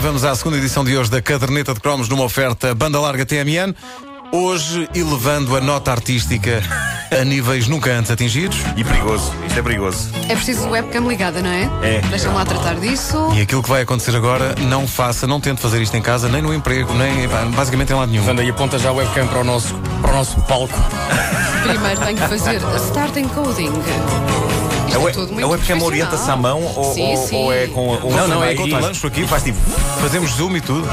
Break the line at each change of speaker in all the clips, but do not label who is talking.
Vamos à segunda edição de hoje da Caderneta de Cromos numa oferta banda larga TMN. Hoje elevando a nota artística a níveis nunca antes atingidos.
E perigoso, isto é perigoso.
É preciso webcam ligada, não é?
É.
Deixa-me lá tratar disso.
E aquilo que vai acontecer agora, não faça, não tente fazer isto em casa, nem no emprego, nem epá, basicamente em lado nenhum.
Sandra, e aponta já a webcam para o nosso, para o nosso palco.
Primeiro tenho que fazer start encoding. Isto
A,
é
we
tudo
a webcam
muito profissional.
orienta-se à mão ou,
Sim,
ou-
sim.
ou é com o
Não, não, é
com
aí.
o lanche aqui faz tipo.
Fazemos zoom e tudo.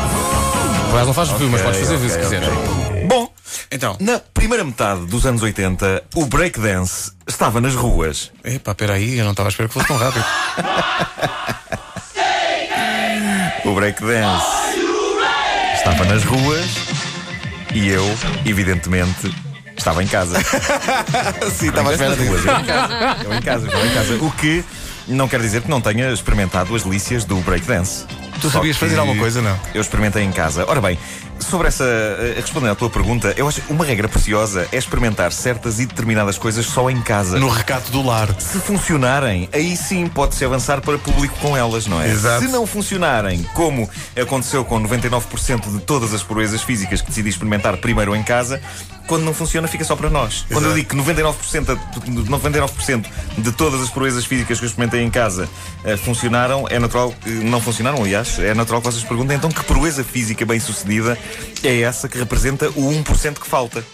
Aliás, não faz review, mas podes fazer
Ok,
review se
ok,
quiser.
ok. Bom,
Então,
na primeira metade dos anos 80, o breakdance estava nas ruas.
epá, peraí, eu não estava a esperar que fosse tão rápido.
O breakdance estava nas ruas e eu, evidentemente, estava em casa.
Sim, estava
Duas, eu em casa. Eu em casa, eu em casa. O que não quer dizer que não tenha experimentado as lícias do breakdance.
Tu
Só
sabias
que
fazer alguma coisa, não?
Eu experimentei em casa. Ora bem, sobre essa. eh, Respondendo à tua pergunta, eu acho que uma regra preciosa é experimentar certas e determinadas coisas só em casa.
No recato do lar.
Se funcionarem, aí sim pode-se avançar para público com elas, não é?
Exato.
Se não funcionarem, como aconteceu com 99% de todas as proezas físicas que decidi experimentar primeiro em casa, quando não funciona fica só para nós. Quando eu digo que 99%, de- 99 de todas as proezas físicas que eu experimentei em casa eh, funcionaram, é natural que não funcionaram, aliás, é natural que vocês perguntem então que proeza física bem-sucedida é essa que representa o 1% que falta?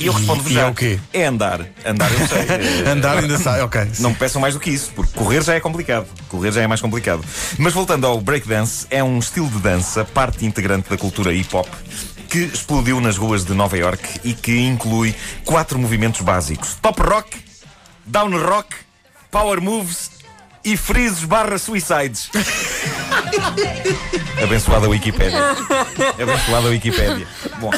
E eu respondo-vos
e
já.
é o quê?
É andar. Andar, eu sei. Eh,
Andar ainda sai, ok.
não me peçam mais do que isso, porque correr já é complicado. Correr já é mais complicado. Mas voltando ao breakdance, é um estilo de dança, parte integrante da cultura hip-hop, que explodiu nas ruas de Nova York e que inclui quatro movimentos básicos: top rock, down rock, power moves e freezes barra suicides. Abençoada a Wikipédia. Abençoada a Wikipédia. Bom.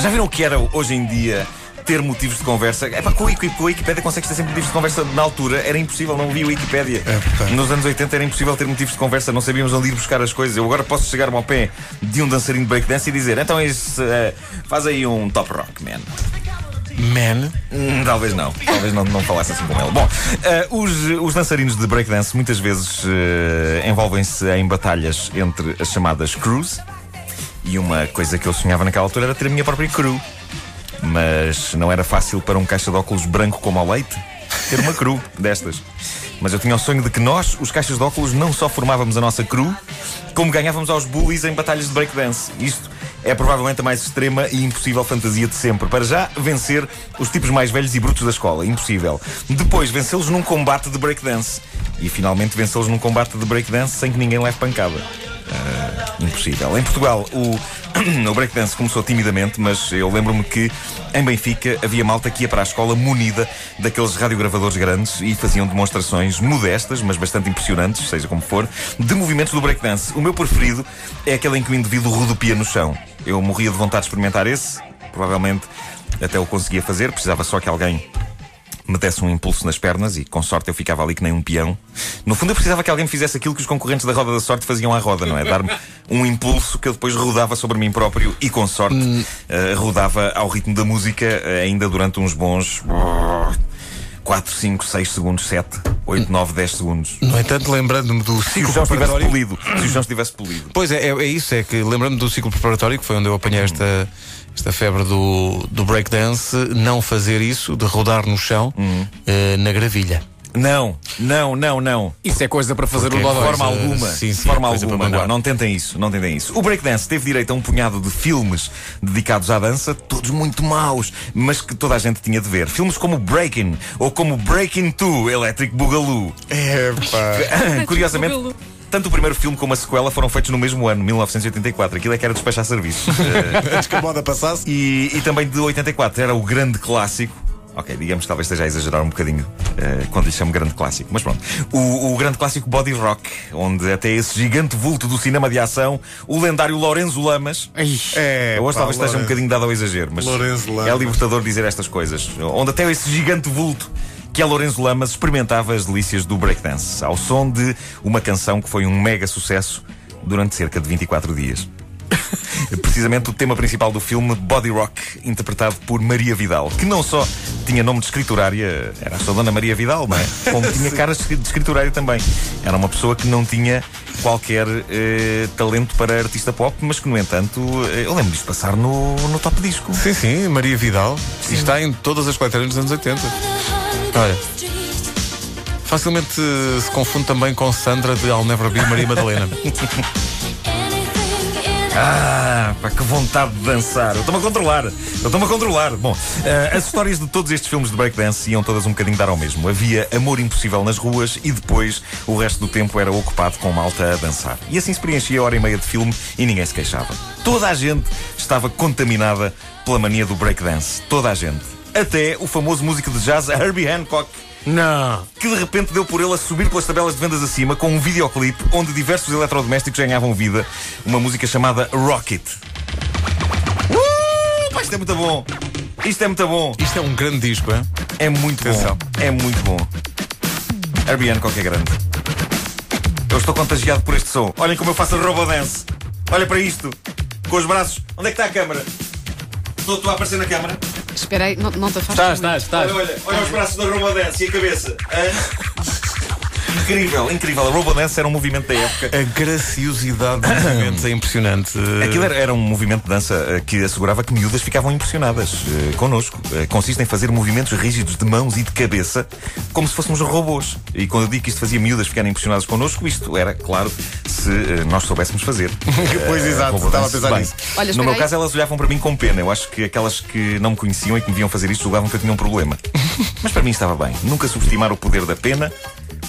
Já viram o que era hoje em dia ter motivos de conversa? É pá, com a Wiki- com a Wikipédia consegues ter sempre motivos de conversa. Na altura era impossível, não havia Wikipédia.
pá.
Nos anos 80 era impossível ter motivos de conversa, não sabíamos onde ir buscar as coisas. Eu agora posso chegar-me ao pé de um dançarino de breakdance e dizer: então esse, eh, faz aí um top rock, man.
Man.
Hum, Talvez não, talvez não, não falasse assim com ele. Bom, eh, os, os dançarinos de breakdance muitas vezes eh, envolvem-se em batalhas entre as chamadas crews. E uma coisa que eu sonhava naquela altura era ter a minha própria crew. Mas não era fácil para um caixa de óculos branco como ao leite ter uma crew destas. Mas eu tinha o sonho de que nós, os caixas de óculos, não só formávamos a nossa crew, como ganhávamos aos bullies em batalhas de breakdance. Isto é provavelmente a mais extrema e impossível fantasia de sempre. Para já, vencer os tipos mais velhos e brutos da escola. Impossível. Depois, vencê-los num combate de breakdance. E finalmente, vencê-los num combate de breakdance sem que ninguém leve pancada. Ah, impossível. Em Portugal, o, o breakdance começou timidamente, mas eu lembro-me que em Benfica havia malta que ia para a escola munida daqueles radiogravadores grandes e faziam demonstrações modestas, mas bastante impressionantes, seja como for, de movimentos do breakdance. O meu preferido é aquele em que o indivíduo rodopia no chão. Eu morria de vontade de experimentar esse, provavelmente até o conseguia fazer, precisava só que alguém me desse um impulso nas pernas e com sorte eu ficava ali que nem um peão. No fundo eu precisava que alguém me fizesse aquilo que os concorrentes da roda da sorte faziam à roda, não é? Dar-me um impulso que eu depois rodava sobre mim próprio e com sorte eh, rodava ao ritmo da música eh, ainda durante uns bons 4, 5, 6 segundos, 7, 8, 9, 10 segundos.
No entanto, lembrando-me do
Se
ciclo
o chão estivesse
preparatório.
polido, se o chão estivesse polido.
Pois é, é, é isso, é que lembrando-me do ciclo preparatório, que foi onde eu apanhei esta, esta febre do, do breakdance, não fazer isso, de rodar no chão,
Uhum.
eh, na gravilha.
Não, não, não, não.
Isso é coisa para fazer
Porque
o
De
Logo
Dodói.
forma
isso,
alguma.
sim,
de
sim,
forma
coisa
alguma.
para
Não,
mandar.
não tentem isso, não tentem isso. O breakdance teve direito a um punhado de filmes dedicados à dança, todos muito maus, mas que toda a gente tinha de ver. Filmes como Breaking ou como Breaking 2, Electric Boogaloo.
É, pá.
Curiosamente. Tanto o primeiro filme como a sequela foram feitos no mesmo ano, 1984. Aquilo é que era despachar serviços. Eh,
Antes que a moda passasse.
e, e também de 84, era o grande clássico. Ok, digamos que talvez esteja a exagerar um bocadinho eh, quando lhe chamo grande clássico, mas pronto. O, o grande clássico Body Rock, onde até esse gigante vulto do cinema de ação, o lendário Lourenço Lamas.
É, pá,
hoje talvez esteja um
Lourenço.
bocadinho dado ao exagero, mas
Lourenço Lamas.
é libertador dizer estas coisas. Onde até esse gigante vulto que é Lourenço Lamas experimentava as delícias do breakdance, ao som de uma canção que foi um mega sucesso durante cerca de 24 dias. Precisamente o tema principal do filme Body Rock, interpretado por Maria Vidal, que não só tinha nome de escriturária, era a sua dona Maria Vidal, não é? Como tinha cara de escriturária também. Era uma pessoa que não tinha qualquer eh, talento para artista pop, mas que, no entanto, eh, eu lembro disto passar no, no top disco.
Sim, sim, Maria Vidal. E está em todas as coletâneas dos anos 80. Olha. Facilmente eh, se confunde também com Sandra de I'll Never Be Maria Madalena.
Ah, pá, que vontade de dançar. Eu estou-me a controlar. Eu estou-me a controlar. Bom, eh, as histórias de todos estes filmes de breakdance iam todas um bocadinho dar ao mesmo. Havia amor impossível nas ruas e depois o resto do tempo era ocupado com malta a dançar. E assim se preenchia a hora e meia de filme e ninguém se queixava. Toda a gente estava contaminada pela mania do breakdance. Toda a gente. Até o famoso músico de jazz Herbie Hancock
Não.
que de repente deu por ele a subir pelas tabelas de vendas acima com um videoclipe onde diversos eletrodomésticos ganhavam vida. Uma música chamada Rocket. Uh, pá, isto é muito bom! Isto é muito bom!
Isto é um grande disco, é?
É muito
Atenção.
bom! É muito bom! Arbiano qualquer grande. Eu estou contagiado por este som. Olhem como eu faço robodance. Olha para isto. Com os braços. Onde é que está a câmara? Estou, estou a aparecer na câmara.
Espera aí, não, não te afastes.
Estás,
muito.
estás, estás.
Olha, olha, olha os braços da Robodance e a cabeça. Ah. Incrível, incrível. A Robodance era um movimento da época.
A graciosidade dos movimentos é impressionante. Eh,
Aquilo era, era um movimento de dança eh, que assegurava que miúdas ficavam impressionadas eh, connosco. Eh, consiste em fazer movimentos rígidos de mãos e de cabeça, como se fôssemos robôs. E quando eu digo que isto fazia miúdas ficarem impressionadas connosco, isto era, claro, se eh, nós soubéssemos fazer.
Pois,
Eh,
exato,
robô
estava a
dance.
pensar
Bem,
nisso.
Olha,
no
espera
meu
aí.
caso, elas olhavam para mim com pena. Eu acho que aquelas que não me conheciam e que me viam fazer isto julgavam que eu tinha um problema. Mas para mim estava bem. Nunca subestimar o poder da pena,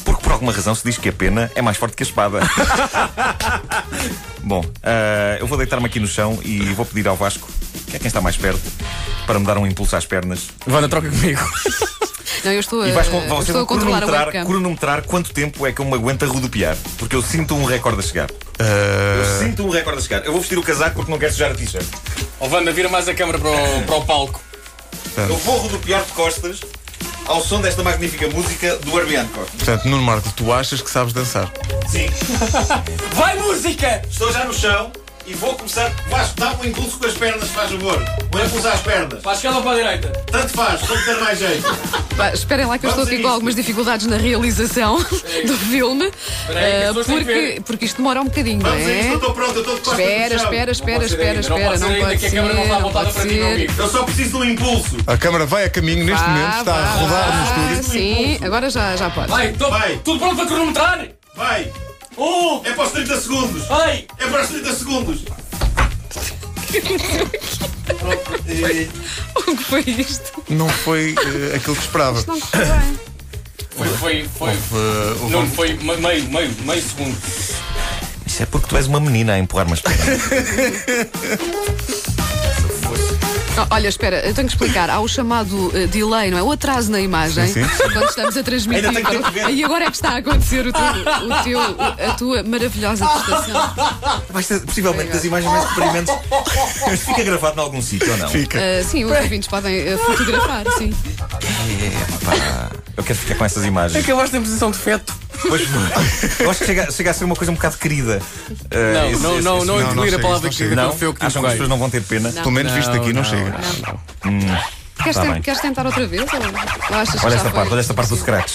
porque por alguma razão se diz que a pena é mais forte que a espada. Bom, ah, eu vou deitar-me aqui no chão e vou pedir ao Vasco, que é quem está mais perto, para me dar um impulso às pernas.
Vanda, troca comigo.
Não, eu estou a,
E vais com,
eu
vocês
estou a
vão
controlar a
cronometrar,
webcam.
cronometrar quanto tempo é que eu me aguento a rodopiar, porque eu sinto um recorde a chegar. Eu sinto um recorde a chegar. Eu vou vestir o casaco porque não quero sujar a t-shirt.
Ó, Wanda, Oh, vira mais a câmara para o, para o palco.
Eu vou rodopiar de costas ao som desta magnífica música do Herbie Hancock.
Portanto, Nuno Marco, tu achas que sabes dançar?
Sim,
Vai, música!
estou já no chão e vou começar. Vasco, dá um impulso com as pernas, faz favor. Um impulso às pernas.
Para a esquerda ou para a direita?
Tanto faz, como ter mais jeito.
Pá, esperem lá que eu estou
Vamos a
aqui com
isto.
algumas dificuldades na realização do filme.
aí, que as
eh,
pessoas têm que
porque,
ver.
porque isto demora um bocadinho, não
Vamos a isto, eu
é?
estou pronto, eu estou de costas
Espera,
no chão.
espera, espera,
pode ser
espera,
ainda, não
espera.
pode ser
Não
ainda,
pode
que a câmara não
ser,
está
não
voltada
pode
para ti, meu
ser.
amigo.
Eu só preciso de um impulso.
A câmara vai a caminho neste
Vá,
momento, está a
vá,
rodar
vá.
no estúdio.
Sim, agora já, já pode.
Vai, tô,
Vai.
tudo pronto para cronometrar?
Vai,
Um,
é para os 30 segundos.
vai!
É para os 30 segundos.
O que foi isto?
Não foi eh, aquilo que esperava.
Não correu bem.
Foi, foi, foi.
Eh, houve
Não, foi me- meio, meio, meio segundo.
Isso é porque tu és uma menina a empurrar umas pernas.
Não, Oh, Olha, espera, eu tenho que explicar. Há o chamado eh, delay, não é? O atraso na imagem.
Sim,
Quando estamos a transmitir.
Ainda tenho tempo de ver.
E agora é que está a acontecer o teu, o teu, a tua maravilhosa prestação.
Vais ter, possivelmente, das imagens mais deprimantes. Mas fica gravado em algum sítio ou não?
Fica.
Eh, sim, os ouvintes podem eh, fotografar, sim.
Epá, eu quero ficar com essas imagens.
Acabaste em posição de feto.
Pois foi. Eu acho que chega, chega a ser uma coisa um bocado querida. Eh,
Não,
esse-
não,
esse-
não,
esse-
não,
não
incluir
chega,
a palavra
isso
que
não chega.
não
não.
foi o que
Acham que as pessoas não vão ter pena.
Não.
Pelo menos visto daqui não,
Não,
chega.
Queres,
Tá
ten-
bem.
queres tentar outra vez? Ou- ou achas que
Olha
já
esta
foi?
parte, olha esta parte do scratch.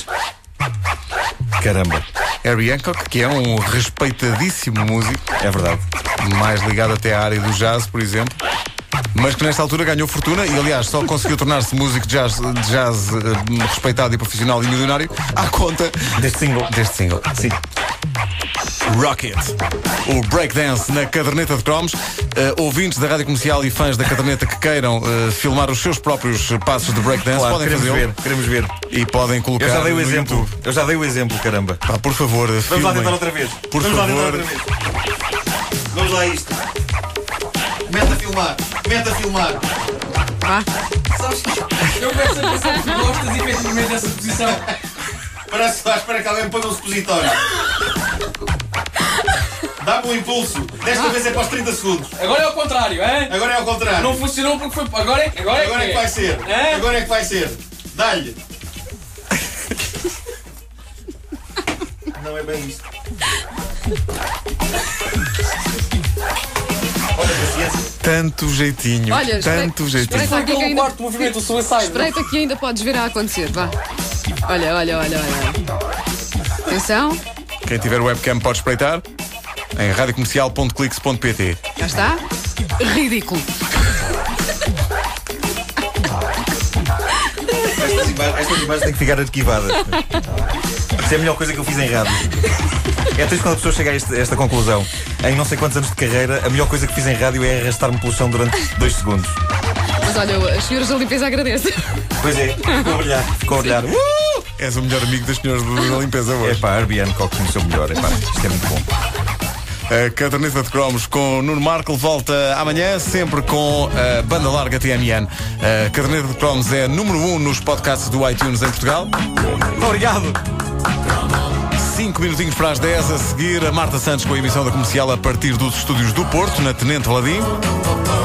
Caramba,
Harry Hancock, que é um respeitadíssimo músico,
é verdade.
mais ligado até à área do jazz, por exemplo, mas que nesta altura ganhou fortuna e, aliás, só conseguiu tornar-se músico de jazz, de jazz, eh, respeitado e profissional e milionário à conta
Deste single.
deste single.
Sim.
Rocket, o breakdance na caderneta de cromos. Eh, ouvintes da rádio comercial e fãs da caderneta que queiram eh, filmar os seus próprios passos de breakdance
Claro,
podem
queremos
fazê-lo
ver, queremos ver.
e podem colocar.
Eu já dei o
no
exemplo.
YouTube.
Eu já dei o exemplo, caramba.
Pá, por favor,
Vamos lá
filmem.
tentar outra vez.
Por
Vamos lá
favor.
tentar outra vez. Vamos lá a isto. Mete a filmar, mete a filmar.
Vá.
Eu começo a pensar que gostas efetivamente dessa posição.
Parece que está à espera que alguém me ponha um supositório. Dá-me um impulso. Desta vez é para os 30 segundos.
Agora é ao contrário, é?
Agora é ao contrário.
Não funcionou porque foi. Agora é, agora é,
Agora é que vai ser.
É?
Agora é que vai ser. Dá-lhe. Não é bem isto.
tanto jeitinho,
Olha, espera-
tanto jeitinho.
espera-
Foi
um
Sabe o que é que
aquele
ainda-
quarto movimento do Suicide.
Espreita que ainda podes vir a acontecer, vá. Olha, olha, olha, olha. Atenção,
Quem tiver webcam pode espreitar em radiocomercial.clix.pt.
já está. Ridículo.
Estas ima- estas imagens têm que ficar arquivadas. Isso é a melhor coisa que eu fiz em rádio. É triste quando a pessoa chega a este- esta conclusão. Em não sei quantos anos de carreira, a melhor coisa que fiz em rádio é arrastar-me pelo chão durante dois segundos.
Mas olha, as senhoras da limpeza agradecem.
Pois é, ficou a brilhar. Ficou a brilhar. Uh!
És o melhor amigo das senhoras da limpeza
É
hoje.
pá, Arbiano Cox no seu melhor. É pá, isto é muito bom.
A caderneta de cromos com Nuno Marco volta amanhã, sempre com a banda larga TMN. A caderneta de cromos é número 1 um nos podcasts do iTunes em Portugal.
Obrigado!
5 minutinhos para as 10, a seguir a Marta Santos com a emissão da comercial a partir dos estúdios do Porto, na Tenente Valadinho.